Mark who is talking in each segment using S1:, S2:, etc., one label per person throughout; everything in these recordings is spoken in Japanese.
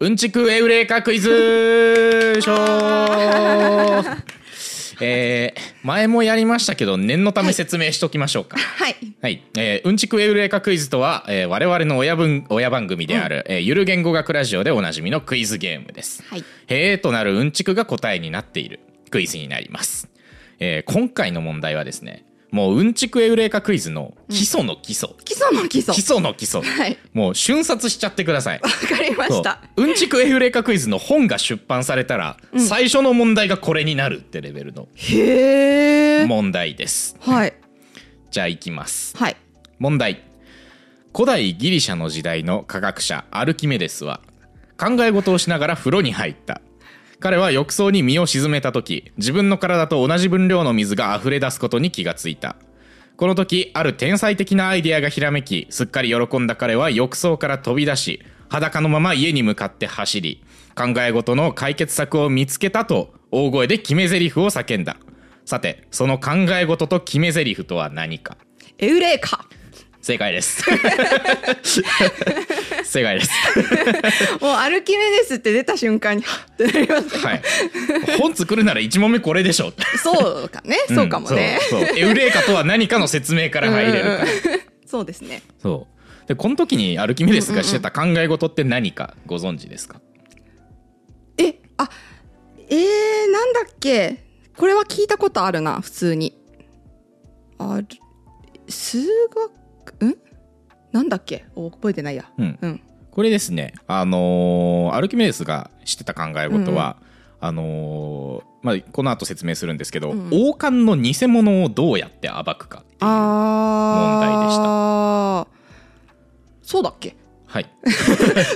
S1: うんちくエウレカク イズよいしょーえー前もやりましたけど念のため説明しときましょう か、
S2: はい。
S1: はい、えーうんちくエウレカクイズとは、えー我々の親分親番組である、えーゆる言語学ラジオでおなじみのクイズゲームです。
S2: はい
S1: へーとなるうんちくが答えになっているクイズになります。えー今回の問題はですね、もううんちくエウレカクイズの基礎の基礎、
S2: 基礎の基礎。
S1: 基礎の基礎、
S2: はい。
S1: もう瞬殺しちゃってください。
S2: わかりました。
S1: そううんちくエウレカクイズの本が出版されたら、最初の問題がこれになるってレベルの
S2: へえ。
S1: 問題です。
S2: はい。
S1: じゃあいきます。
S2: はい。
S1: 問題古代ギリシャの時代の科学者アルキメデスは考え事をしながら風呂に入った彼は浴槽に身を沈めた時自分の体と同じ分量の水が溢れ出すことに気がついたこの時ある天才的なアイデアがひらめきすっかり喜んだ彼は浴槽から飛び出し裸のまま家に向かって走り考え事の解決策を見つけたと大声で決め台詞を叫んださてその考え事と決め台詞とは何か
S2: エウレーカ。
S1: 正解です。正解です。
S2: もうアルキメデスって出た瞬間にはっってなります。
S1: はい。本作るなら一問目これでしょ。
S2: そうかね。 そうかもね。
S1: うんそうそうエウレカとは何かの説明から入れるから。
S2: そうですね。
S1: そう。でこの時にアルキメデスがしてた考え事って何かご存知ですか。
S2: え、あ、えー、なんだっけ。これは聞いたことあるな、普通に。ある、数学、んなんだっけお覚えてないや。
S1: うん。
S2: うん。
S1: これですね。あのーアルキメデスがしてた考え事は、あのーまあこの後説明するんですけど、
S2: ん
S1: 王冠の偽物をどうやって暴くかっていう。題でした
S2: ああ。そうだっけ
S1: はい。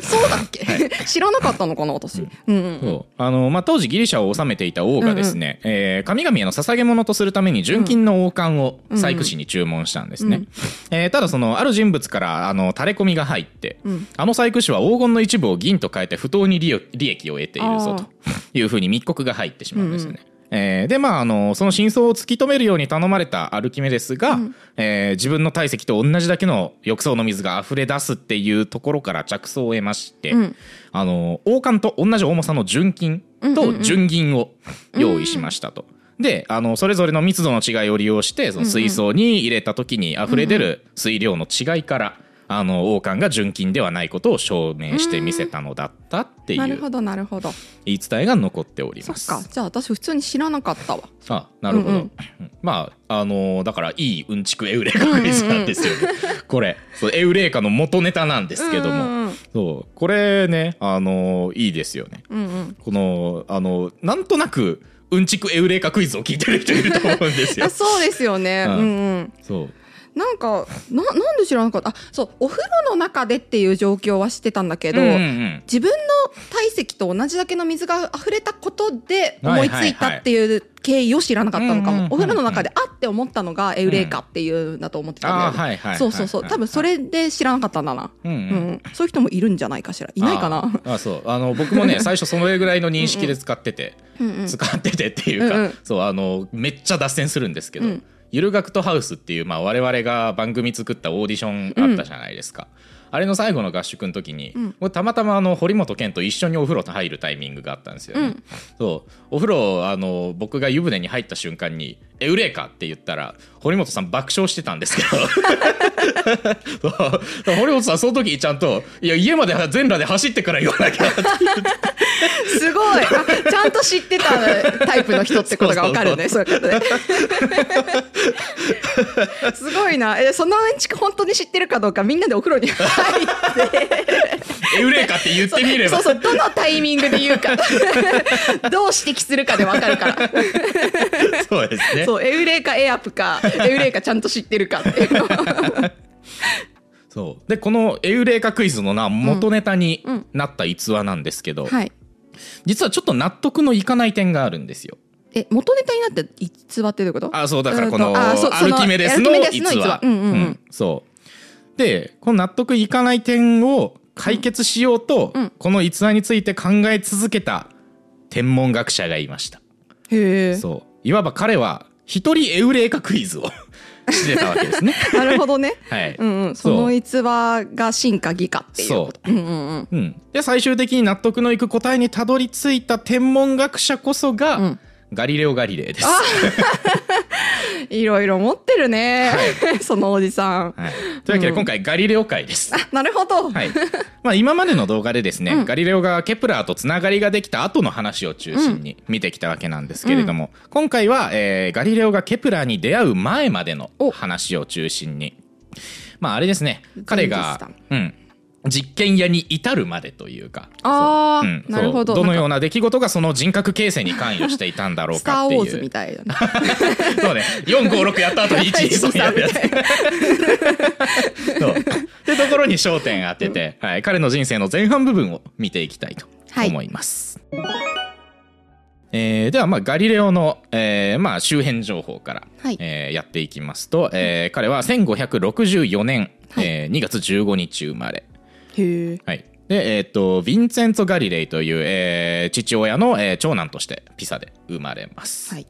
S2: そうだっけ、知らなかったのかな私。うんうんうん。
S1: そうあのまあ、当時ギリシャを治めていた王がですね、えー神々への捧げ物とするために純金の王冠を細工師に注文したんですね、
S2: うん
S1: えーただそのある人物からあの垂れ込みが入って、
S2: うん
S1: あの細工師は黄金の一部を銀と変えて不当に利益利益を得ているぞ
S2: あー
S1: というふうに密告が入ってしまうんですよね。えーでまあ、あのその真相を突き止めるように頼まれたアルキメデスが、えー自分の体積と同じだけの浴槽の水が溢れ出すっていうところから着想を得まして、
S2: うん
S1: あの王冠と同じ重さの純金と純銀を用意しましたと。であのそれぞれの密度の違いを利用してその水槽に入れた時に溢れ出る水量の違いから、あの王冠が純金ではないことを証明してみせたのだったってい
S2: なるほ
S1: う
S2: どなるほど。
S1: 言い伝えが残っており
S2: そ
S1: ま
S2: っ
S1: す。
S2: か。じゃあ私普通に知らなかったわ。
S1: あなるほど、
S2: うん
S1: まああのーだからいいうんちくエウレカクイズなんですよね、 これそうエウレカの元ネタなんですけども、
S2: うんうんうん
S1: そうこれねあのーいいですよね
S2: うんうん。
S1: このあのーなんとなくうんちくエウレカクイズを聞いてる人いると思うんです よ
S2: あそうですよね。
S1: う
S2: うんんうん。
S1: そう
S2: なんかななんで知らなかった。あそうお風呂の中でっていう状況は知ってたんだけど。
S1: うんうんうん
S2: 自分の体積と同じだけの水が溢れたことで思いついたっていう経緯を知らなかった
S1: は
S2: のか
S1: いはいはい
S2: も、
S1: うん
S2: お
S1: うんうん
S2: 風呂の中であって思ったのがエウレカっていうんだと思ってたんだ
S1: あー
S2: よね
S1: はいはい
S2: そうそうそう多分そ
S1: れ
S2: れで知らなかったんだな、
S1: うんう
S2: うん
S1: ん
S2: そういう人もいるんじゃないかしらいないか
S1: あ
S2: な
S1: ーあそうあの僕も ね最初それぐらいの認識で使ってて
S2: うんうん
S1: 使っててっていうか、
S2: うんうん
S1: そうあのめっちゃ脱線するんですけど、
S2: うん
S1: ゆる学とハウスっていう、まあ、我々が番組作ったオーディションあったじゃないですか、あれの最後の合宿の時に、
S2: うん
S1: 僕たまたまあの堀本健と一緒にお風呂入るタイミングがあったんですよね、
S2: うん
S1: そうお風呂あの僕が湯船に入った瞬間に「エウレカ!」って言ったら堀本さん爆笑してたんですけど そう堀本さんその時ちゃんと「いや家まで全裸で走ってから言わなきゃ」って
S2: すごいあちゃんと知ってたタイプの人ってことがわかるねそういう ことですごいなえそのうんちく本当に知ってるかどうかみんなでお風呂に入って
S1: 「エウレカ!」って言ってみれば
S2: そうそうどのタイミングで言うか どう指摘するかでわかるから
S1: そうですね。
S2: そうエウレカエアプかエウレカちゃんと知ってるかっていうの
S1: そうでこの「エウレカクイズ」のな元ネタになった逸話なんですけど、
S2: はい
S1: 実はちょっと納得のいかない点があるんですよ。
S2: え元ネタになって逸話ってどういうこと
S1: あそうだからこの
S2: うんとあそ
S1: ア
S2: そ
S1: ル
S2: の
S1: キメデスの
S2: アルキメデスの
S1: 逸
S2: 逸
S1: 話
S2: 話。うんうんうん
S1: そうでこの納得いかない点を解決しようと、
S2: うん
S1: この逸話について考え続けた天文学者がいました。
S2: へえ
S1: そういわば彼は一人エウレカクイズを してたわけですね
S2: なるほどね。
S1: はい、
S2: うんうん、そ
S1: そう
S2: の逸話が進化偽かっていうこと。うんうんうん。
S1: うん、で最終的に納得のいく答えにたどり着いた天文学者こそが、
S2: うん
S1: ガリレオ・ガリレイです。
S2: いろいろ持ってるね、そのおじさん。
S1: はい、というわけで
S2: うん
S1: 今回ガリレオ会です。
S2: なるほど。
S1: はい まあ、今までの動画でですね、
S2: うん
S1: ガリレオがケプラーとつながりができた後の話を中心に見てきたわけなんですけれども、今回は、えーガリレオがケプラーに出会う前までの
S2: お
S1: 話を中心にまああれですね彼
S2: 前
S1: が
S2: 日、
S1: うん、実験屋に至るまでというか
S2: ああ、
S1: うん
S2: なるほど。
S1: そうどの
S2: なん
S1: よ
S2: か
S1: うな出来事がその人格形成に関与していたんだろう
S2: スタ
S1: かっ
S2: ーウ
S1: てい
S2: ォ
S1: う
S2: ーズみたいな、ね。
S1: そうね456やった後 に123やるやつ
S2: いな。
S1: そう。ってところに焦点当てて、はい、彼の人生の前半部分を見ていきたいと思います。えーでは、まあ、ガリレオの、えーまあ、周辺情報から、
S2: はい
S1: えーやっていきますと、えー彼は1564年、
S2: はい
S1: えー2月15日生まれ。
S2: へえ。
S1: はいでえー、とヴィンセンツォ・ガリレイという、えー父親の、えー長男としてピサで生まれます、
S2: はい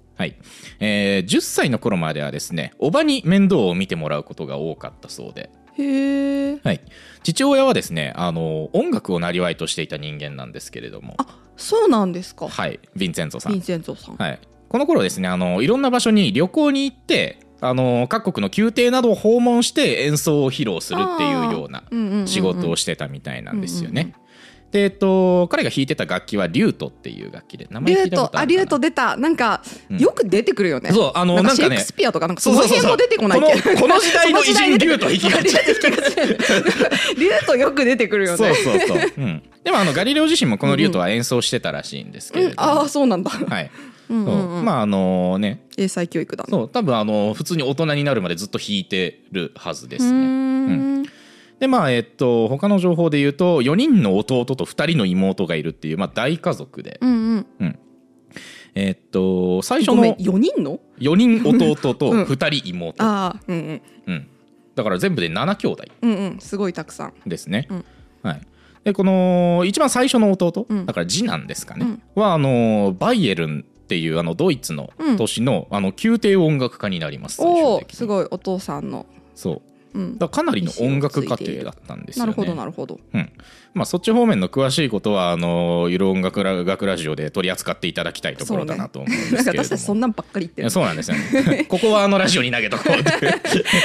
S1: えー10歳の頃まではですねおばに面倒を見てもらうことが多かったそうで、
S2: へえ。
S1: はい、父親はですねあの音楽を生りとしていた人間なんですけれども
S2: あ、そうなんですか。
S1: はいヴィンセンゾさ
S2: ヴィン
S1: ん、
S2: セントさん。
S1: はい、この頃ですねあのいろんな場所に旅行に行ってあの各国の宮廷などを訪問して演奏を披露するっていうような
S2: うんうんうんうん
S1: 仕事をしてたみたいなんですよ
S2: うんうん
S1: ね。でえっと、彼が弾いてた楽器はリュートっていう楽器で名前
S2: リ
S1: 聞い
S2: ュー
S1: たこ
S2: ト、
S1: とあ
S2: あ、
S1: る
S2: リュ
S1: か
S2: ート出た。なんか、
S1: うん
S2: よく出てくるよね。
S1: なそうあの
S2: なん
S1: な
S2: か
S1: ん
S2: シェ
S1: か
S2: イク
S1: ね
S2: スピアとか、なんか
S1: そ
S2: そうの
S1: そうそうそ
S2: 辺も
S1: う
S2: 出てこ
S1: こ
S2: ない
S1: の
S2: っけ
S1: この時 代の偉人リュート弾きがち
S2: ど。 リュートよく出てくるよ
S1: そう
S2: ね。
S1: そうそう、 うん、でもあのガリレオ自身もこのリュートは演奏してたらしいんですけ
S2: う
S1: れ
S2: ん
S1: ども、
S2: ああ、そうなんだ。
S1: はい、
S2: うん
S1: そう
S2: うんうん。
S1: まああのね
S2: 英才教育だね。
S1: そう多分あの普通に大人になるまでずっと弾いてるはずで
S2: う
S1: すね
S2: ーん。
S1: でまあえっと他の情報で言うと4人の弟と2人の妹がいるっていう、まあ、大家族で、
S2: うんうん。
S1: えっと最初
S2: ごめん
S1: の
S2: 4人の
S1: 4人弟と2人 妹、うん
S2: ああうんうん
S1: だから全部で7兄弟
S2: うんうんすごいたくさん
S1: ですね、
S2: うん
S1: はいでこの一番最初の弟、
S2: うん
S1: だから次男ですかね、はあのバイエルンっていうあのドイツの都市の,、あの宮廷音楽家になります
S2: おおす
S1: い
S2: ごいお父さんの
S1: そう
S2: うん
S1: だからかなりの音楽家庭だったんですよ
S2: な
S1: ね
S2: るほどなるほど
S1: うんまあ、そっち方面の詳しいことはあのゆる音楽ラ楽ラジオで取り扱っていただきたいところだなと思うんで
S2: なん
S1: す
S2: か
S1: けれ ど
S2: 私たちそ
S1: も。
S2: んなんばっかり言って
S1: い
S2: る
S1: やそうなんですよ ねここはあのラジオに投げとこうってい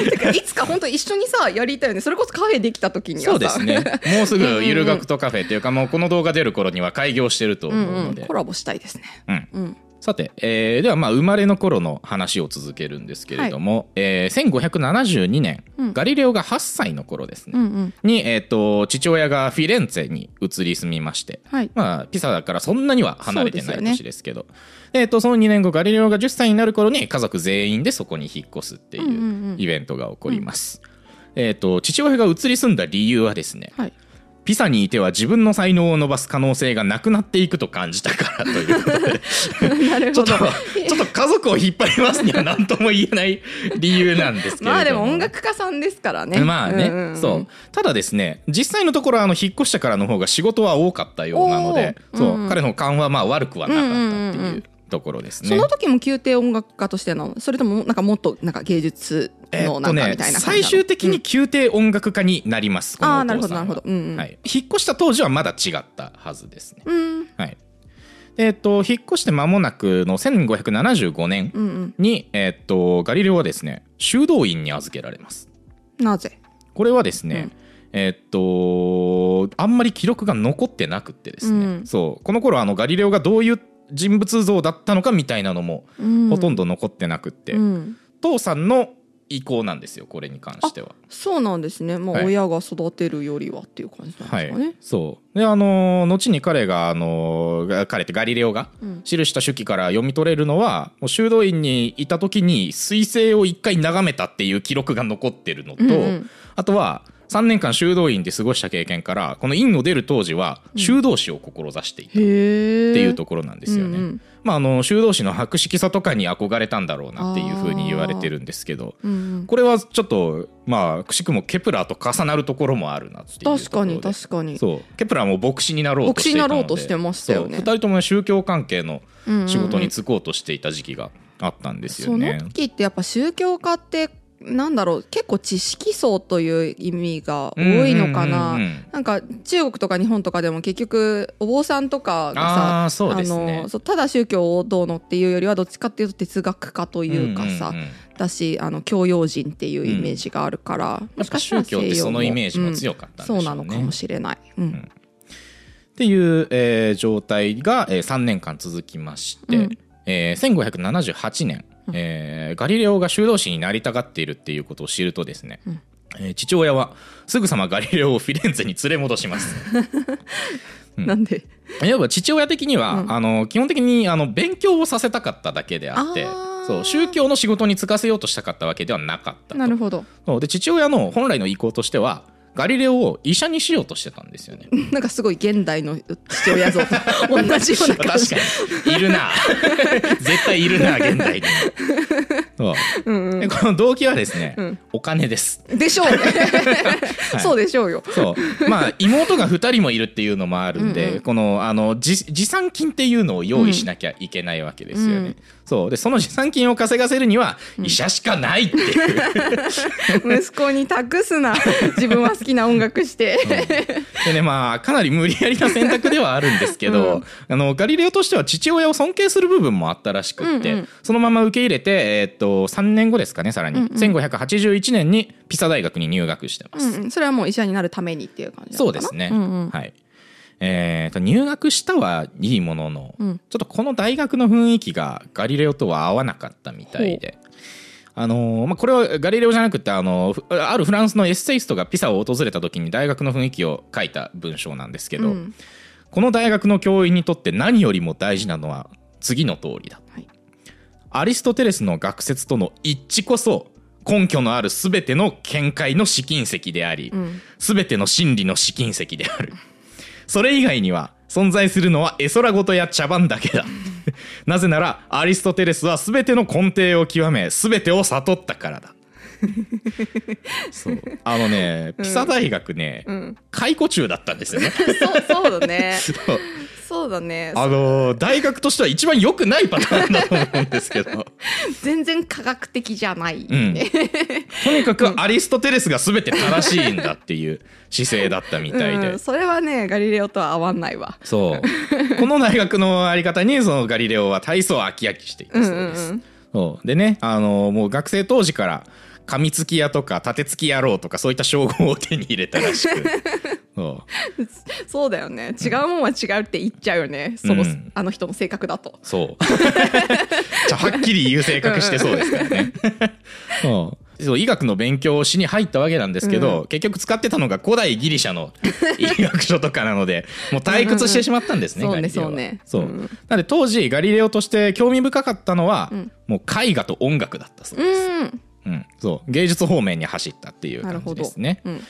S1: う
S2: てかいつか本当一緒にさやりたいよねそれこそカフェできた時にはさ
S1: そうですねもうすぐゆる学とカフェっていうかもうこの動画出る頃には開業してると
S2: う
S1: 思うん
S2: う
S1: の
S2: ん
S1: で、
S2: コラボしたいですね
S1: うん
S2: うん
S1: さて、えーではまあ生まれの頃の話を続けるんですけれども、えー1572年、
S2: うん
S1: ガリレオが8歳の頃ですね、
S2: うんうん
S1: に、えー、と父親がフィレンツェに移り住みまして、
S2: はい
S1: まあ、ピサだからそんなには離れて
S2: そ
S1: ない
S2: うですよね
S1: 年ですけどでえー、とその2年後ガリレオが10歳になる頃に家族全員でそこに引っ越すってい
S2: んうん
S1: う
S2: う
S1: うんイベントが起こります、えー、と父親が移り住んだ理由はですね
S2: はい
S1: ピサにいては自分の才能を伸ばす可能性がなくなっていくと感じたからということ で
S2: なる
S1: ちょ
S2: ほ
S1: っと
S2: ど
S1: ちょっと家族を引っ張りますには何とも言えない理由なんですけれども
S2: まあでも音楽家さんですからね
S1: まあね、
S2: んんん
S1: そうただですね実際のところあの引っ越してからの方が仕事は多かったようなので
S2: おー
S1: そう、
S2: うんうん
S1: 彼の勘はまあ悪くはなかったって
S2: うんうんうん
S1: いううんところですね。
S2: その時も宮廷音楽家としてのそれともなんかもっとなんか芸術
S1: えっ
S2: のな
S1: と
S2: んか
S1: ね
S2: みたいな感じ
S1: 最
S2: なの
S1: 終的に宮廷音楽家になります、このお
S2: あ
S1: 父さ
S2: あ
S1: ん
S2: なるほど
S1: は
S2: なるほどうんうん
S1: はい、引っ越した当時はまだ違ったはずですね。
S2: うん
S1: はいでえっと、引っ越して間もなくの1575年
S2: うんうん
S1: に、えっと、ガリレオはですね修道院に預けられます。
S2: なぜ
S1: これはですね、
S2: うん
S1: えーっとあんまり記録が残ってなくってですね、
S2: うん
S1: そうこの頃あのガリレオがどういう人物像だったのかみたいなのもほとん
S2: ど
S1: ど残ってなくって、
S2: うん
S1: 父さんの意向なんですよこれに関しては。
S2: そうなんですね。まあ、
S1: はい
S2: 親が育てるよりはっていう感じなん
S1: は
S2: で
S1: い
S2: すかね。、
S1: そうであのー後に彼が、あのーが彼ってガリレオが
S2: うん
S1: 記した手記から読み取れるのは、もう修道院にいた時に彗星を一回眺めたっていう記録が残ってるのと、
S2: うんうん
S1: あとは3年間修道院で過ごした経験からこの院を出る当時は修道士を志していたっ
S2: へえ。
S1: ていうところなんですよね。
S2: うんうん
S1: まあ、あの修道士の博識さとかに憧れたんだろうなっていうふうに言われてるんですけど
S2: うんうん
S1: これはちょっとまあくしくもケプラーと重なるところもあるなっていうところで
S2: 確かに確かに。
S1: そうケプラーも牧師になろうとしていたので
S2: 牧師になろうとしてましたよね
S1: そう2人ともね宗教関係の
S2: うんうんうん
S1: 仕事に就こうとしていた時期があったんですよね。
S2: その時ってやっぱ宗教家ってなんだろう結構知識層という意味が多いのかな、
S1: うんうんうんうん
S2: なんか中国とか日本とかでも結局お坊さんとかがさ
S1: あーそうですね
S2: のそうただ宗教をどうのっていうよりはどっちかっていうと哲学家というかさ、
S1: んんん
S2: だしあの教養人っていうイメージがあるから、
S1: や
S2: も
S1: っ
S2: し
S1: ぱ
S2: かしたら
S1: 宗教ってそのイメージも
S2: い、
S1: 強かったんでしょ
S2: そう
S1: ね、
S2: なのかもしれない、うん
S1: っていう、えー状態が、え3年間続きまして、
S2: うん
S1: えー1578年、えーガリレオが修道士になりたがっているっていうことを知るとですね、
S2: うん
S1: えー父親はすぐさまガリレオをフィレンツェに連れ戻します。 うん
S2: なんで
S1: いわば父親的には、
S2: うん
S1: あの基本的にあの勉強をさせたかっただけであって
S2: あー
S1: そう宗教の仕事に就かせようとしたかったわけではなかったと
S2: なるほど
S1: そうで父親の本来の意向としてはガリレオを医者にしようとしてたんですよね。
S2: なんかすごい現代の父親 像と同じような
S1: 確か
S2: 感じ
S1: にいる な絶対いるな現代にそう
S2: うんうん
S1: でこの動機はですね、
S2: うん
S1: お金です
S2: でしょうね、
S1: はい
S2: そうでしょうよ
S1: そうまあ妹が2人もいるっていうのもあるんで
S2: うんうん
S1: このあのじ持参金っていうのを用意しなきゃいけないわけですよね、
S2: うん
S1: そうでその持参金を稼がせるには医者しかないっていう、
S2: 息子に託すな自分は好きな音楽して、
S1: でねまあかなり無理やりな選択ではあるんですけど、
S2: うん
S1: あのガリレオとしては父親を尊敬する部分もあったらしくって、
S2: うんうん
S1: そのまま受け入れて、えーっと3年後ですかねさらに、
S2: うんうん
S1: 1581年にピサ大学に入学してます。
S2: うんうんそれはもう医者になるためにっていう感じな
S1: そ
S2: の
S1: う
S2: か
S1: で
S2: な
S1: すね、
S2: うんうん
S1: はいえーっと入学したはいいものの、
S2: うん
S1: ちょっとこの大学の雰囲気がガリレオとは合わなかったみたいで。あのーまあ、これはガリレオじゃなくてあのふあるフランスのエッセイストがピサを訪れた時に大学の雰囲気を書いた文章なんですけど、
S2: うん
S1: この大学の教員にとって何よりも大事なのは次の通りだ、
S2: はい
S1: アリストテレスの学説との一致こそ根拠のある全ての見解の試金石であり、
S2: うん
S1: 全ての真理の試金石であるそれ以外には存在するのは絵空事や茶番だけだなぜならアリストテレスは全ての根底を極め全てを悟ったからだそうあのねピサ大学ね、
S2: うん、
S1: 解雇中だったんですよね
S2: そうそうだね
S1: そう
S2: そうだね
S1: あのー大学としては一番良くないパターンだと思うんですけど、
S2: 全然科学的じゃない、
S1: うん、とにかくアリストテレスが全て正しいんだっていう姿勢だったみたいで、
S2: うんそれはねガリレオとは合わないわ
S1: そうこの大学のあり方にそのガリレオは大層飽き飽きしていたそうです。
S2: うんうんうん
S1: そうでね、あのーもう学生当時から噛みつき屋とか立てつき野郎とかそういった称号を手に入れたらしくそう
S2: そうだよね違うもんは違うって言っちゃうよね、その
S1: うん
S2: あの人の性格だと
S1: そう。じゃあはっきり言う性格してそうですから ね。そうそう医学の勉強をしに入ったわけなんですけど、結局使ってたのが古代ギリシャ の医学書とかなのでもう退屈してしまったんですね、
S2: うんう
S1: ガ
S2: んうん
S1: リレオは
S2: そうね
S1: そ
S2: そううねうん
S1: なので当時ガリレオとして興味深かったのは、
S2: ん
S1: もう絵画と音楽だったそう
S2: う
S1: です、
S2: ん
S1: うんそう芸術方面に走ったっていう
S2: なる
S1: 感
S2: ほ
S1: じ
S2: ど
S1: ですね
S2: うん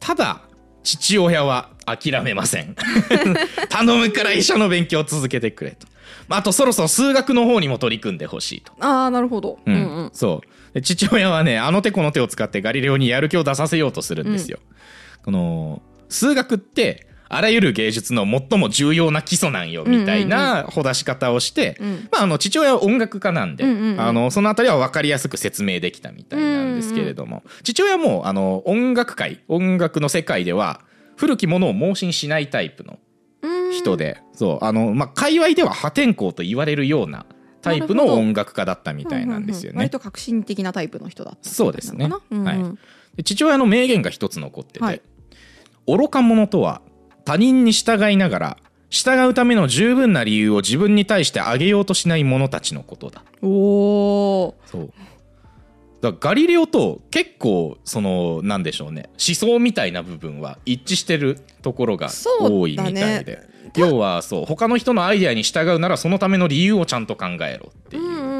S1: ただ父親は諦めません 頼むから医者の勉強を続けてくれと、まあ、あとそろそろ数学の方にも取り組んでほしいと、
S2: ああなるほど、
S1: う
S2: うんんうん、
S1: そうで父親はねあの手この手を使ってガリレオにやる気を出させようとするんですよ、この数学ってあらゆる芸術の最も重要な基礎なんよみたいなほだし方をして、
S2: うん
S1: まあ、あの父親は音楽家なんで、
S2: うんうんうん
S1: あのその辺りは分かりやすく説明できたみたいなんですけれども、父親もあの音楽界音楽の世界では古きものを盲信しないタイプの
S2: うん
S1: 人で、そうあのまあ界隈では破天荒と言われるようなタイプ
S2: なる
S1: の
S2: ほど
S1: 音楽家だったみたいなんですよ
S2: うんうんうん割
S1: ね。
S2: と革新的なタイプの人だった
S1: そうですね
S2: なのかなうんうん
S1: はで父親の名言が一つ残ってて、
S2: はい
S1: 愚か者とは他人に従いながら従うための十分な理由を自分に対してあげようとしない者たちのことだ
S2: おー
S1: そうだからガリレオと結構そのなんでしょうね思想みたいな部分は一致してるところが多いみたいで、要はそう他の人のアイデアに従うならそのための理由をちゃんと考えろっていうう、
S2: んうんうん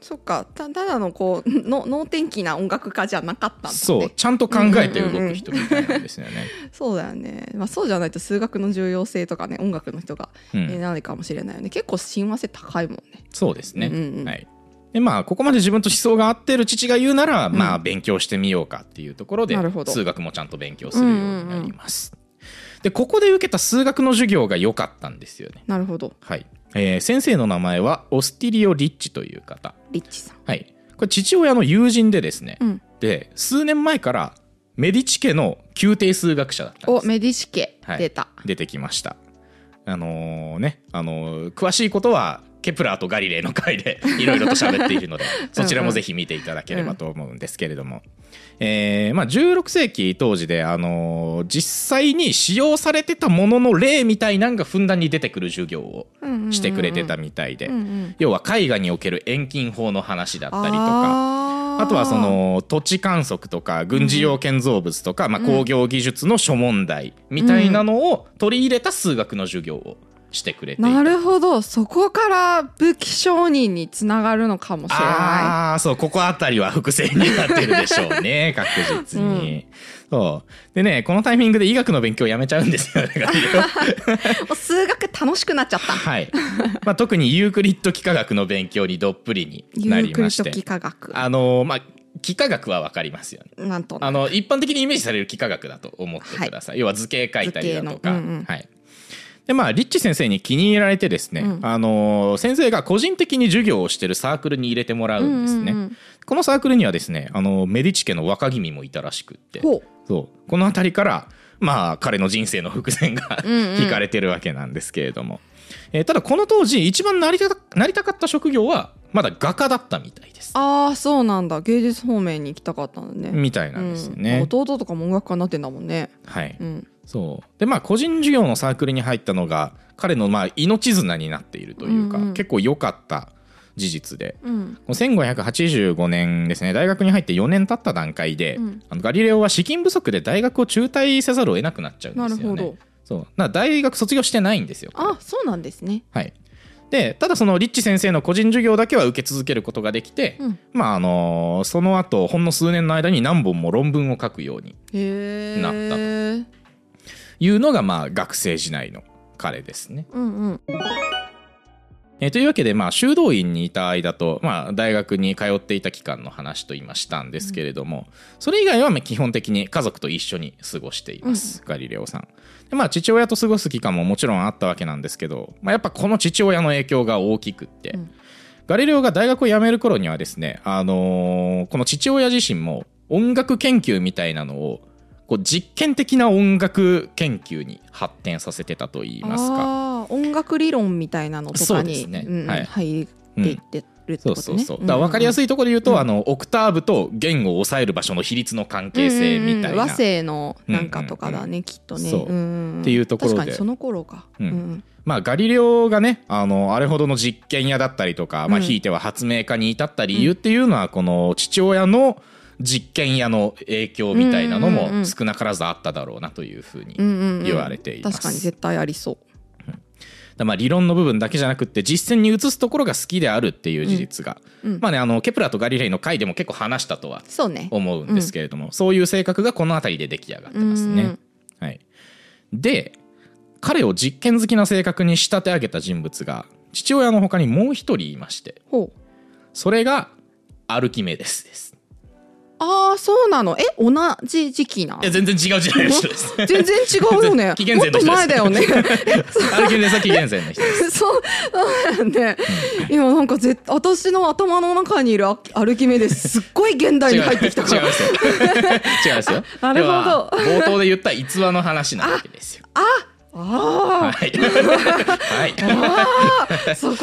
S2: そっかたただのこうの能天気な音楽家じゃなかったんだね
S1: そうちゃんと考えて動く人みたいなんですよね。
S2: そうだよね、まあ、そうじゃないと数学の重要性とかね音楽の人が
S1: うん
S2: えーないかもしれないよね結構親和性高いもんね
S1: そうですね、
S2: うんうんうん
S1: はいでまあここまで自分と思想が合ってる父が言うなら、
S2: ん
S1: まあ勉強してみようかっていうところで
S2: なるほど
S1: 数学もちゃんと勉強するようになります、でここで受けた数学の授業が良かったんですよね
S2: なるほど
S1: はい、えー先生の名前はオスティリオ・リッチという方
S2: リッチさん
S1: はいこれ父親の友人でですね、
S2: うん
S1: って数年前からメディチ家の宮廷数学者だったんで
S2: お
S1: す
S2: メディシ家、
S1: はい
S2: 出た
S1: 出てきましたあのーねあのー詳しいことはケプラーとガリレーの回で いろいろと喋っているのでそちらもぜひ見ていただければと思うんですけれども、えーまあ、16世紀当時で、あのー実際に使用されてたものの例みたいなんがふんだんに出てくる授業をしてくれてたみたいで、
S2: うんうん
S1: 要は絵画における遠近法の話だったりとか
S2: あー
S1: あとはその土地観測とか軍事用建造物とか、まあ、
S2: うん
S1: 工業技術の諸問題みたいなのを取り入れた数学の授業をしてくれてい
S2: な
S1: た。
S2: るほどそこから武器商人につながるのかもしれな
S1: ああーそうここあたりは伏線になってるでしょうね 確実に、そうでねこのタイミングで医学の勉強やめちゃうんですよね
S2: いもう数学楽しくなっちゃった
S1: はい、まあ、特にユークリッド幾何学の勉強にどっぷりに
S2: ユ
S1: なり
S2: ークリ
S1: まし
S2: ッド
S1: て
S2: 幾何学
S1: あのーまあ幾何学はわかりますよね
S2: なんとな
S1: あの一般的にイメージされる幾何学だと思ってください、要は図形描いたりだと
S2: 図形
S1: か、
S2: のうんうん
S1: はいでまあリッチ先生に気に入られてですね、
S2: うん
S1: あのー先生が個人的に授業をしてるサークルに入れてもらうんですね、
S2: うんうんうん
S1: このサークルにはですねあのメディチ家の若君もいたらしくって
S2: ほ
S1: そうこの辺りからまあ彼の人生の伏線が
S2: うんうん
S1: 引かれてるわけなんですけれども、えーただこの当時一番なりたなりたかった職業はまだ画家だったみたいです
S2: ああそうなんだ芸術方面に行きたかったんだね
S1: みたいなんですよね、
S2: うん弟とかも音楽家になってんだもんね
S1: はい
S2: うん
S1: そうでまあ個人事業のサークルに入ったのが彼のまあ命綱になっているというか、
S2: うんうん
S1: 結構良かった事実で
S2: うん
S1: この1585年ですね大学に入って4年経った段階で、
S2: うん
S1: あのガリレオは資金不足で大学を中退せざるを得なくなっちゃうん
S2: な
S1: で
S2: る
S1: すよ
S2: ほ
S1: ね。
S2: ど
S1: そうだから大学卒業してないんですよ。
S2: あそうなんですね
S1: はい、でただそのリッチ先生の個人授業だけは受け続けることができて、
S2: うん
S1: まああのその後ほんの数年の間に何本も論文を書くように
S2: へえ
S1: な
S2: った
S1: いうのがまあ学生時代の彼ですね。
S2: とうんうん
S1: えーというわけで、まあ、修道院にいた間と、まあ、大学に通っていた期間の話と今したんですけれども、それ以外はまあ基本的に家族と一緒に過ごしています、ガリレオさん。でまあ、父親と過ごす期間ももちろんあったわけなんですけど、まあ、やっぱこの父親の影響が大きくって、
S2: うん
S1: ガリレオが大学を辞める頃にはですね、あのーこの父親自身も音楽研究みたいなのをこう実験的な音楽研究に発展させてたといいますか。
S2: あー音楽理論みたいなのと
S1: そ
S2: か
S1: うです
S2: に
S1: ね
S2: うんうん
S1: はい
S2: 入っていってるって
S1: そ
S2: こ
S1: うそ
S2: と
S1: う
S2: ね
S1: そう。だから分かりやす
S2: い
S1: いところで言うと、
S2: うん
S1: あのオクターブと弦を抑える場所の比率の関係性みたいな。
S2: 和声のなんかとかだねきっとね
S1: そうん
S2: んん
S1: っていうところで
S2: 確かにその頃か
S1: うん
S2: ん
S1: まあガリレオがねあのあれほどの実験屋だったりとか、まあ
S2: うん
S1: ひいては発明家に至った理由っていうのは、この父親の実験屋の影響みたいなの
S2: うんうんう
S1: も
S2: ん
S1: 少なからずあっただろうなというふうに。
S2: うんうんうん
S1: 言われています
S2: 確かに絶対ありそう
S1: だからまあ理論の部分だけじゃなくって実践に移すところが好きであるっていう事実が、
S2: うんうん
S1: まあねあのケプラーとガリレイの回でも結構話したとは
S2: そうね
S1: 思うんですけれども、そういう性格がこの辺りで出来上がってますね。
S2: うん
S1: はい、で彼を実験好きな性格に仕立て上げた人物が父親の他にもう一人いまして
S2: ほう
S1: それがアルキメデスです。
S2: ああそうなのえ同じ時期ない
S1: や全然違う時代の人 です。
S2: 全然違うよね
S1: 紀元前の
S2: もっ
S1: 人です
S2: と前だ よね
S1: アルキメデスは紀元前の人です。
S2: そう そうだよね今なんかぜ私の頭の中にいるアアルキメデスすっごい現代
S1: 違
S2: に
S1: う
S2: 入ってきたか
S1: 違
S2: ら
S1: うん ですよ。違うんですよ。
S2: あなる
S1: で
S2: ほど
S1: は冒頭で言った逸話の話なわけですよ。
S2: あ
S1: はい。は
S2: あそこで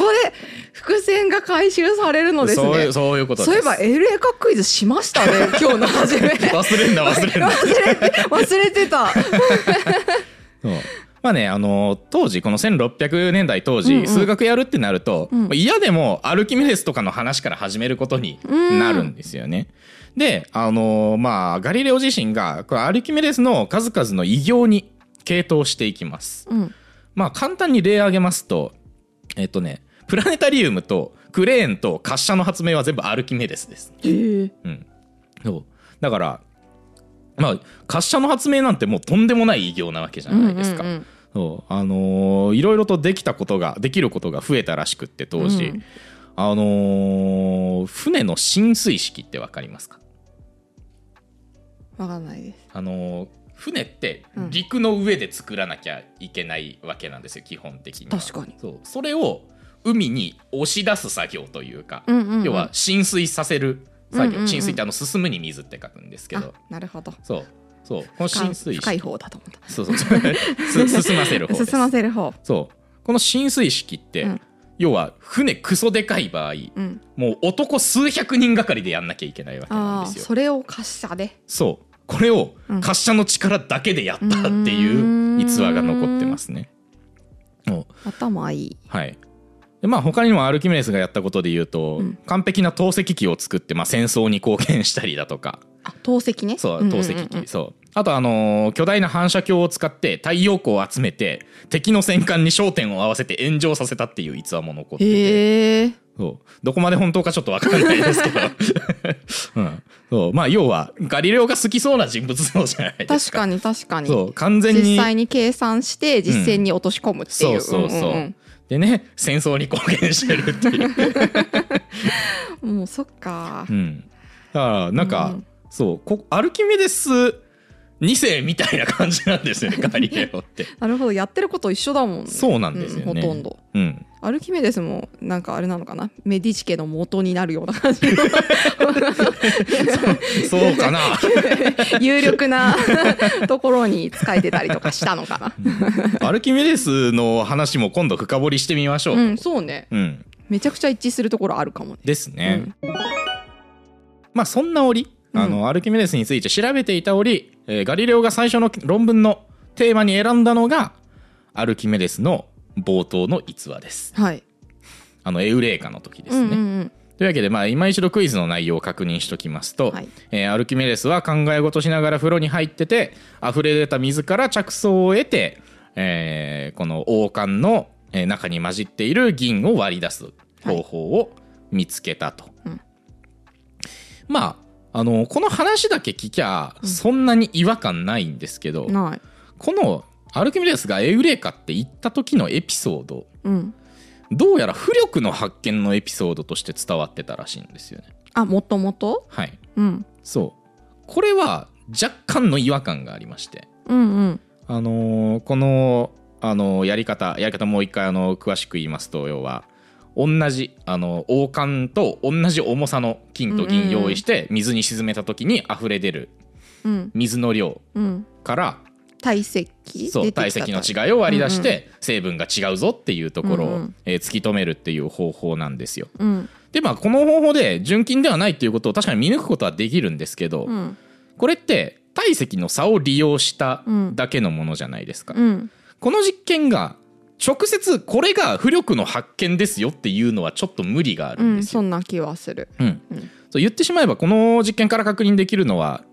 S2: 伏線が回収されるの
S1: い。
S2: ですね
S1: そういうそういうことです。
S2: そういえば LA カクイズしま したね今日の初め
S1: 忘れんな忘れんな。
S2: 忘れて忘れてた
S1: そうまあねあの当時この1600年代当時、
S2: うんうん
S1: 数学やるってなると、
S2: ん
S1: まあ嫌でもアルキメデスとかの話から始めることになるんですよね。であのまあガリレオ自身がこれアルキメデスの数々の偉業に傾倒していきます。
S2: うん
S1: まあ簡単に例挙げますとえっとねプラネタリウムとクレーンと滑車の発明は全部アルキメデスです。
S2: えー
S1: うん、そうだからまあ滑車の発明なんてもうとんでもない偉業なわけじゃないですか。
S2: うんうんうん
S1: そうあのーいろいろとできたことができることが増えたらしくって当時、
S2: うん
S1: あのー船の浸水式ってわかりますか
S2: わかんないです
S1: あのー船って
S2: うん
S1: 陸の上で作らなきゃいけないわけなんですよ基本的には
S2: 確かに
S1: そうそれを海に押し出す作業というか、
S2: うんうんうん
S1: 要は浸水させる作業、
S2: うんうんうん
S1: 浸水ってあの進むに水って書くんですけど
S2: あなるほど
S1: そうそうこの浸
S2: 深
S1: 水
S2: 深い
S1: 式
S2: 方だと思った
S1: そうそうそうす進ませる方です
S2: 進ませる方
S1: そうこの浸水式って、
S2: うん
S1: 要は船クソでかい場合
S2: うん
S1: もう男数百人がかりでやんなきゃいけないわけな
S2: あ
S1: ん
S2: あ
S1: ですよ
S2: それを滑車で
S1: そうこれを
S2: うん
S1: 滑車の力だけでやったっていう逸話が残ってますね。お
S2: 頭いい
S1: はいでまあ、他にもアルキメデスがやったことで言うと、
S2: うん
S1: 完璧な投石機を作って、まあ、戦争に貢献したりだとか
S2: あ透析ね
S1: そ
S2: ん
S1: うん
S2: ん
S1: 投
S2: ん
S1: 石機、そうあと、あのー巨大な反射鏡を使って太陽光を集めて敵の戦艦に焦点を合わせて炎上させたっていう逸話も残ってて、
S2: へえ
S1: そうどこまで本当かちょっとわからないですけど、 うん、そうまあ要はガリレオが好きそうな人物像じゃないですか。
S2: 確かに確かに
S1: そう完全に
S2: 実際に計算して実践に落とし込むっていう,、
S1: そうそうそう,、
S2: んん
S1: でね戦争に貢献してるっていう、
S2: うんもうそっか
S1: うん、だからなんか、
S2: うん
S1: そうこアルキメデス2世みたいな感じなんですよねガリレオって
S2: なるほどやってること一緒だもんね
S1: そうなんですよね、
S2: うんほとんど
S1: うん
S2: アルキメデスもなんかあれなのかなメディチ家の元になるような感じの
S1: そう かな
S2: 有力なところに使えてたりとかしたのかな
S1: アルキメデスの話も今度深掘りしてみましょう、
S2: うんそうね
S1: うん
S2: めちゃくちゃ一致するところあるかもね
S1: ですね、まあそんな折あの、アルキメデスについて調べていた折、えーガリレオが最初の論文のテーマに選んだのがアルキメデスの冒頭の逸話です
S2: うんはい
S1: あのエウレカの時ですね、
S2: うんうん
S1: というわけで、まあ、今一度クイズの内容を確認しときますと、
S2: はい
S1: えーアルキメデスは考え事しながら風呂に入ってて溢れ出た水から着想を得て、えーこの王冠のえー中に混じっている銀を割り出す方法を見つけたと、
S2: うん
S1: まああのこの話だけ聞きゃそんなに違和感ないんですけど、
S2: うんない
S1: このアルキメデスがエウレカって言った時のエピソード
S2: うん
S1: どうやら浮力の発見のエピソードとして伝わってたらしいんですよね。
S2: あもともと
S1: はい、
S2: うん
S1: そうこれは若干の違和感がありまして、
S2: うんうん
S1: あのーこの、あのーやり方やり方もう一回、あのー詳しく言いますと要は同じ、あのー王冠と同じ重さの金と銀用意して水に沈めた時に溢れ出る
S2: うん
S1: 水の量
S2: うん
S1: から
S2: 体積
S1: そう
S2: 出て
S1: 体
S2: きた
S1: 積の違いを割り出して成分が違うぞっていうところ
S2: うんう
S1: を
S2: ん
S1: えー突き止めるっていう方法なんですよ。
S2: うん
S1: でまあこの方法で純金ではないっていうことを確かに見抜くことはできるんですけど、
S2: うん
S1: これって体積の差を利用しただけのものじゃないですか、
S2: うん
S1: この実験が直接これが浮力の発見ですよっていうのはちょっと無理がある
S2: うん
S1: で
S2: ん
S1: す
S2: そ
S1: よ、
S2: んな気はする
S1: うん
S2: うん
S1: そう言ってしまえばこの実験から確認できるのは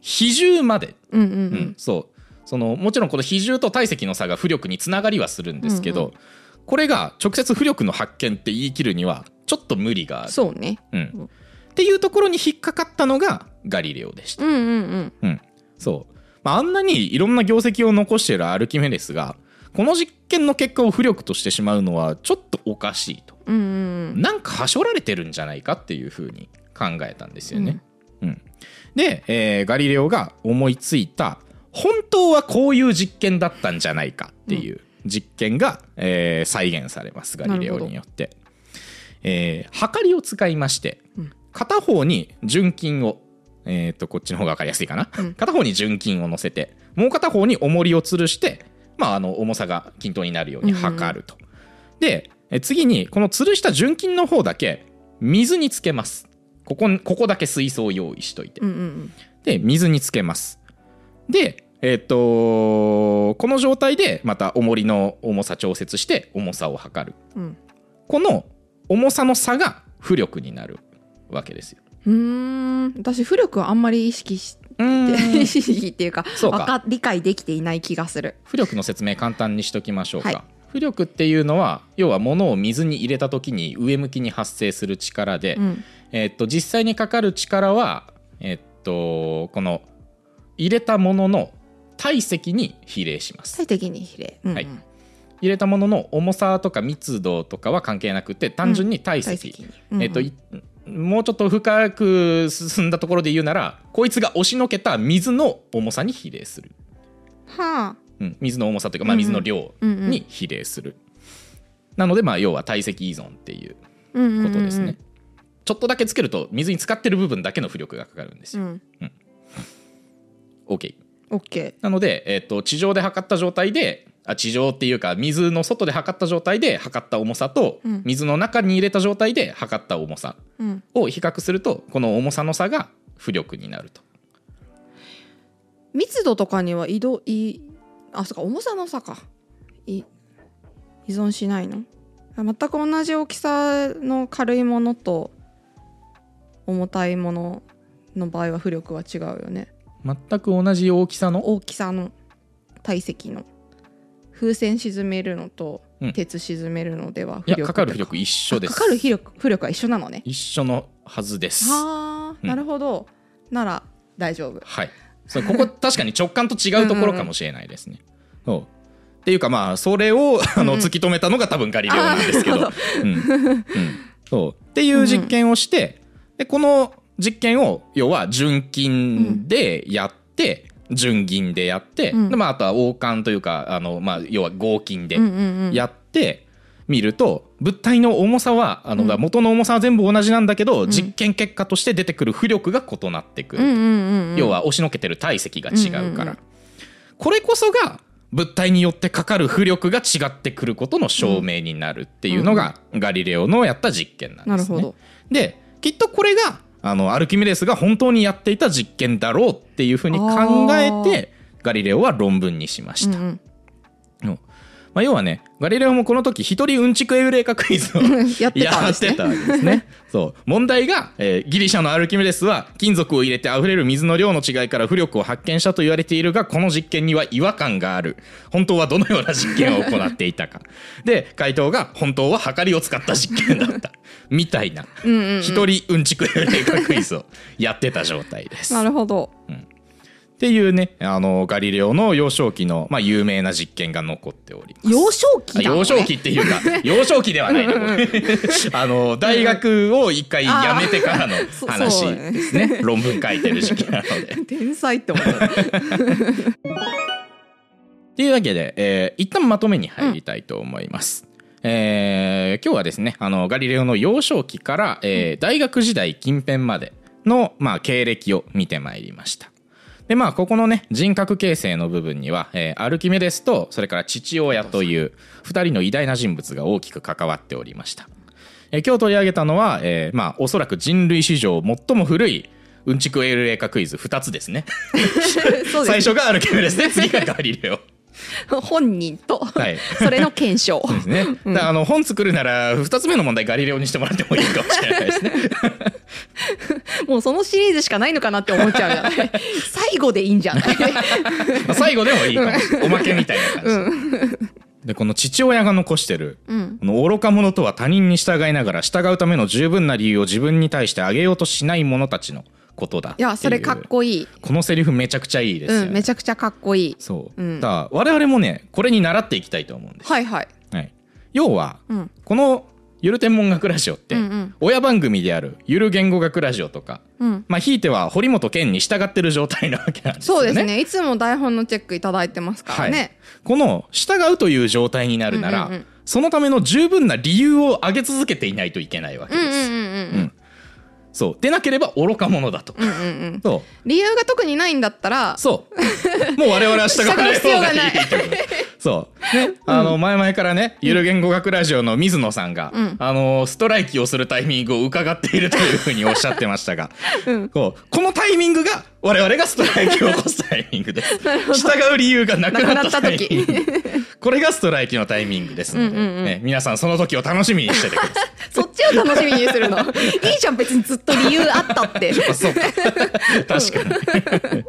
S1: 比重まで、
S2: うんう
S1: うん
S2: ん
S1: そうそのもちろんこの比重と体積の差が浮力につながりはするんですけど、これが直接浮力の発見って言い切るにはちょっと無理があ
S2: うん
S1: る
S2: そうね
S1: う、ん
S2: うん
S1: っていうところに引っかかったのがガリレオでした。
S2: うんうんうん
S1: うん、そう、まあ、あんなにいろんな業績を残しているアルキメデスがこの実験の結果を浮力としてしまうのはちょっとおかしいと
S2: うんうん
S1: なんかはしょられてるんじゃないかっていうふうに考えたんですよね。うんで、えーガリレオが思いついた本当はこういう実験だったんじゃないかっていう実験が、えー再現されますガリレオによって。えー、はかりを使いまして
S2: うん
S1: 片方に純金をえー、とこっちの方が分かりやすいかな、
S2: うん
S1: 片方に純金を乗せてもう片方に重りを吊るして、まあ、あの重さが均等になるように測ると、でえ次にこの吊るした純金の方だけ水につけますここここだけ水槽を用意しといて、
S2: うんうん
S1: で水につけますでえーっ、とこの状態でまた重りの重さ調節して重さを測る
S2: うん
S1: この重さの差が浮力になるわけですよ
S2: うーん私浮力はあんまり意識し
S1: う
S2: て
S1: ーん
S2: 意識っていうか
S1: そうか
S2: わか理解できていない気がする
S1: 浮力の説明簡単にしときましょうか、
S2: はい
S1: 浮力っていうのは要は物を水に入れた時に上向きに発生する力で、
S2: うん
S1: えっと実際にかかる力は、えっとこの入れたものの体積に比例します
S2: 最適に比例うんうん
S1: はい入れたものの重さとか密度とかは関係なくて単純に体
S2: 体
S1: 積、
S2: 積にうんうん
S1: えっといもうちょっと深く進んだところで言うならこいつが押しのけた水の重さに比例する、
S2: はあ
S1: うん、水の重さというか、まあ、水の量、
S2: うんうん
S1: に比例する。なので、まあ、要は体積依存っていう
S2: うんうんうん
S1: ことですね。ちょっとだけつけると水に浸かってる部分だけの浮力がかかるんです
S2: う
S1: よ。
S2: ん
S1: OK
S2: オッケ
S1: なので、えっと地上で測った状態であ地上っていうか水の外で測った状態で測った重さと、
S2: うん
S1: 水の中に入れた状態で測った重さ
S2: ーうん
S1: を比較するとこの重さの差が浮力になると。
S2: 密度とかには移動いあそうか重さの差かい依存しないのあ全く同じ大きさの軽いものと重たいものの場合は浮力は違うよね
S1: 全く同じ大きさの
S2: 大きさの体積の風船沈めるのと
S1: うん
S2: 鉄沈めるのでは浮
S1: いや
S2: 力
S1: かかる浮力一緒です
S2: あかかる浮力浮力は一緒なのね
S1: 一緒のはずです。
S2: あ
S1: う
S2: ー
S1: ん
S2: なるほど、なら大丈夫
S1: はい、それこ こ確かに直感と違うところかもしれないですね。そうっていうかまあそれをあの
S2: うん
S1: 突き止めたのが多分ガリレオなんですけど。
S2: あーな
S1: うんうんそうっていう実験をして、でこの実験を要は純金でやって、純銀でやって、
S2: うん
S1: でまあ、あとは王冠というかあの、まあ、要は合金で
S2: うんうんうん
S1: やってみると物体の重さはあの、
S2: うん
S1: 元の重さは全部同じなんだけど、
S2: ん
S1: 実験結果として出てくる浮力が異なってく
S2: う
S1: る、
S2: んうんうんうん
S1: 要は押しのけてる体積が違うから、
S2: うんうんうん
S1: これこそが物体によってかかる浮力が違ってくることの証明になるっていうのが、ガリレオのやった実験なん
S2: な
S1: で
S2: る
S1: すね。
S2: ほど
S1: できっとこれがあのアルキメデスが本当にやっていた実験だろうっていうふうに考えてガリレオは論文にしました。
S2: うん
S1: うんまあ、要はねガリレオもこの時一人うんちくエウレカクイズを
S2: うんやってた
S1: や
S2: んで
S1: っ
S2: す
S1: て
S2: ね
S1: たわけですね。 そう問題が、えーギリシャのアルキメデスは金属を入れて溢れる水の量の違いから浮力を発見したと言われているがこの実験には違和感がある本当はどのような実験を行ってい たかで回答が本当は測りを使った実験だったみたいな
S2: うんうんうん
S1: 一人うんちくエウレカクイズをやってた状態です。
S2: なるほど
S1: っていうねあのガリレオの幼少期の、まあ、有名な実験が残っております。
S2: 幼少期だ
S1: あ
S2: もんね
S1: 幼少期って いうか幼少期ではないなこれ あの大学を一回辞めてからの
S2: そう
S1: 話
S2: そう
S1: ですね論文書いてる時期なので。
S2: 天才って思う
S1: というわけで、えー一旦まとめに入りたいと思います。えー今日はですねあのガリレオの幼少期から、えー大学時代近辺までの、まあ、経歴を見てまいりました。でまあここのね人格形成の部分には、えーアルキメデスとそれから父親という2人の偉大な人物が大きく関わっておりました。えー今日取り上げたのは、えーまあ、おそらく人類史上最も古いうんちくエールレーカクイズ2つですね。
S2: そうで
S1: 最
S2: す
S1: 初がアルキメデスで次がガリ レオ。
S2: 本人と、
S1: はい
S2: それの検証
S1: ですね。だからあの本作るなら2つ目の問題ガリレオにしてもらってもいいかもしれないですね。
S2: もうそのシリーズしかないのかなって思っちゃうじゃない 最後でいいんじゃない
S1: まあ最後でもいいかもしれない。おまけみたいな感じ。でこの父親が残してる、
S2: うん
S1: この愚か者とは他人に従いながら従うための十分な理由を自分に対してあげようとしない者たちのことだって
S2: い
S1: いう
S2: やそれかっこいい
S1: このセリフめちゃくちゃいいですよ
S2: う
S1: ね。
S2: んめちゃくちゃかっこいい
S1: そう、
S2: うん
S1: だから我々もねこれに習っていきたいと思うんです。
S2: はいはい
S1: はい、要は、
S2: うん
S1: この「ゆる天文学ラジオ」って、
S2: うんうん
S1: 親番組である「ゆる言語学ラジオ」とか、
S2: うん
S1: まあ、ひいては堀本健に従ってる状態なわけなんですよ
S2: そ
S1: ね。
S2: うですねいつも台本のチェックいただいてますから
S1: はい
S2: ね、、
S1: この従うという状態になるなら、
S2: うんうんうん
S1: そのための十分な理由を挙げ続けていないといけないわけです。
S2: うんうんうんうん
S1: そうでなければ愚か者だと。
S2: うんうんうん
S1: そ
S2: 理由が特にないんだったら
S1: う そうもう我々は従わない方がいい
S2: 従う必要が
S1: とそう、ね、あの前々からね、ゆる言語学ラジオの水野さんが、
S2: うん
S1: あのストライキをするタイミングを伺っているというふうにおっしゃってました が、こうこのタイミングが我々がストライキを起こすタイミング です従う理由がなくなったタイミングこれがストライキのタイミングですので、
S2: うんうんうん
S1: ね、皆さんその時を楽しみにしててください
S2: そっちを楽しみに するのいいじゃん別にずっと理由あったって
S1: あそう か確かに、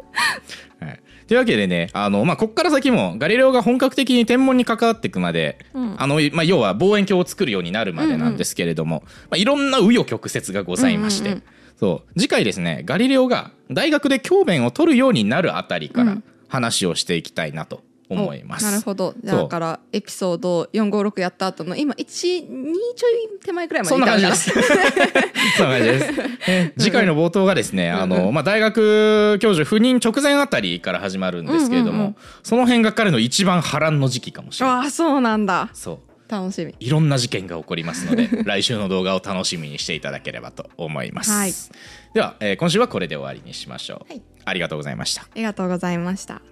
S1: はい、というわけでねあの、まあ、ここから先もガリレオが本格的に天文に関わっていくまで、あのまあ、要は望遠鏡を作るようになるまでなんですけれども、まあ、いろんな紆余曲折がございまして、
S2: うんうん
S1: そう次回ですねガリレオが大学で教鞭を取るようになるあたりか
S2: う
S1: ら
S2: ん
S1: 話をしていきたいなと思います。
S2: おなるほどじゃ
S1: そ
S2: あ
S1: う
S2: だからエピソード456やった後の今12ちょい手前くらいまで
S1: そん
S2: い
S1: な
S2: た
S1: 感
S2: ん
S1: じ
S2: だ
S1: です。そんな感じです。え次回の冒頭がですね、あの、まあ、大学教授赴任直前あたりから始まるんですけれども、
S2: うんうんうん
S1: その辺が彼の一番波乱の時期かもしれない。
S2: ああそうなんだ
S1: そう。
S2: 楽しみ
S1: いろんな事件が起こりますの で来週の動画を楽しみにしていただければと思います、
S2: はい
S1: では、えー今週はこれで終わりにしましょう、
S2: はい
S1: ありがとうございました
S2: ありがとうございました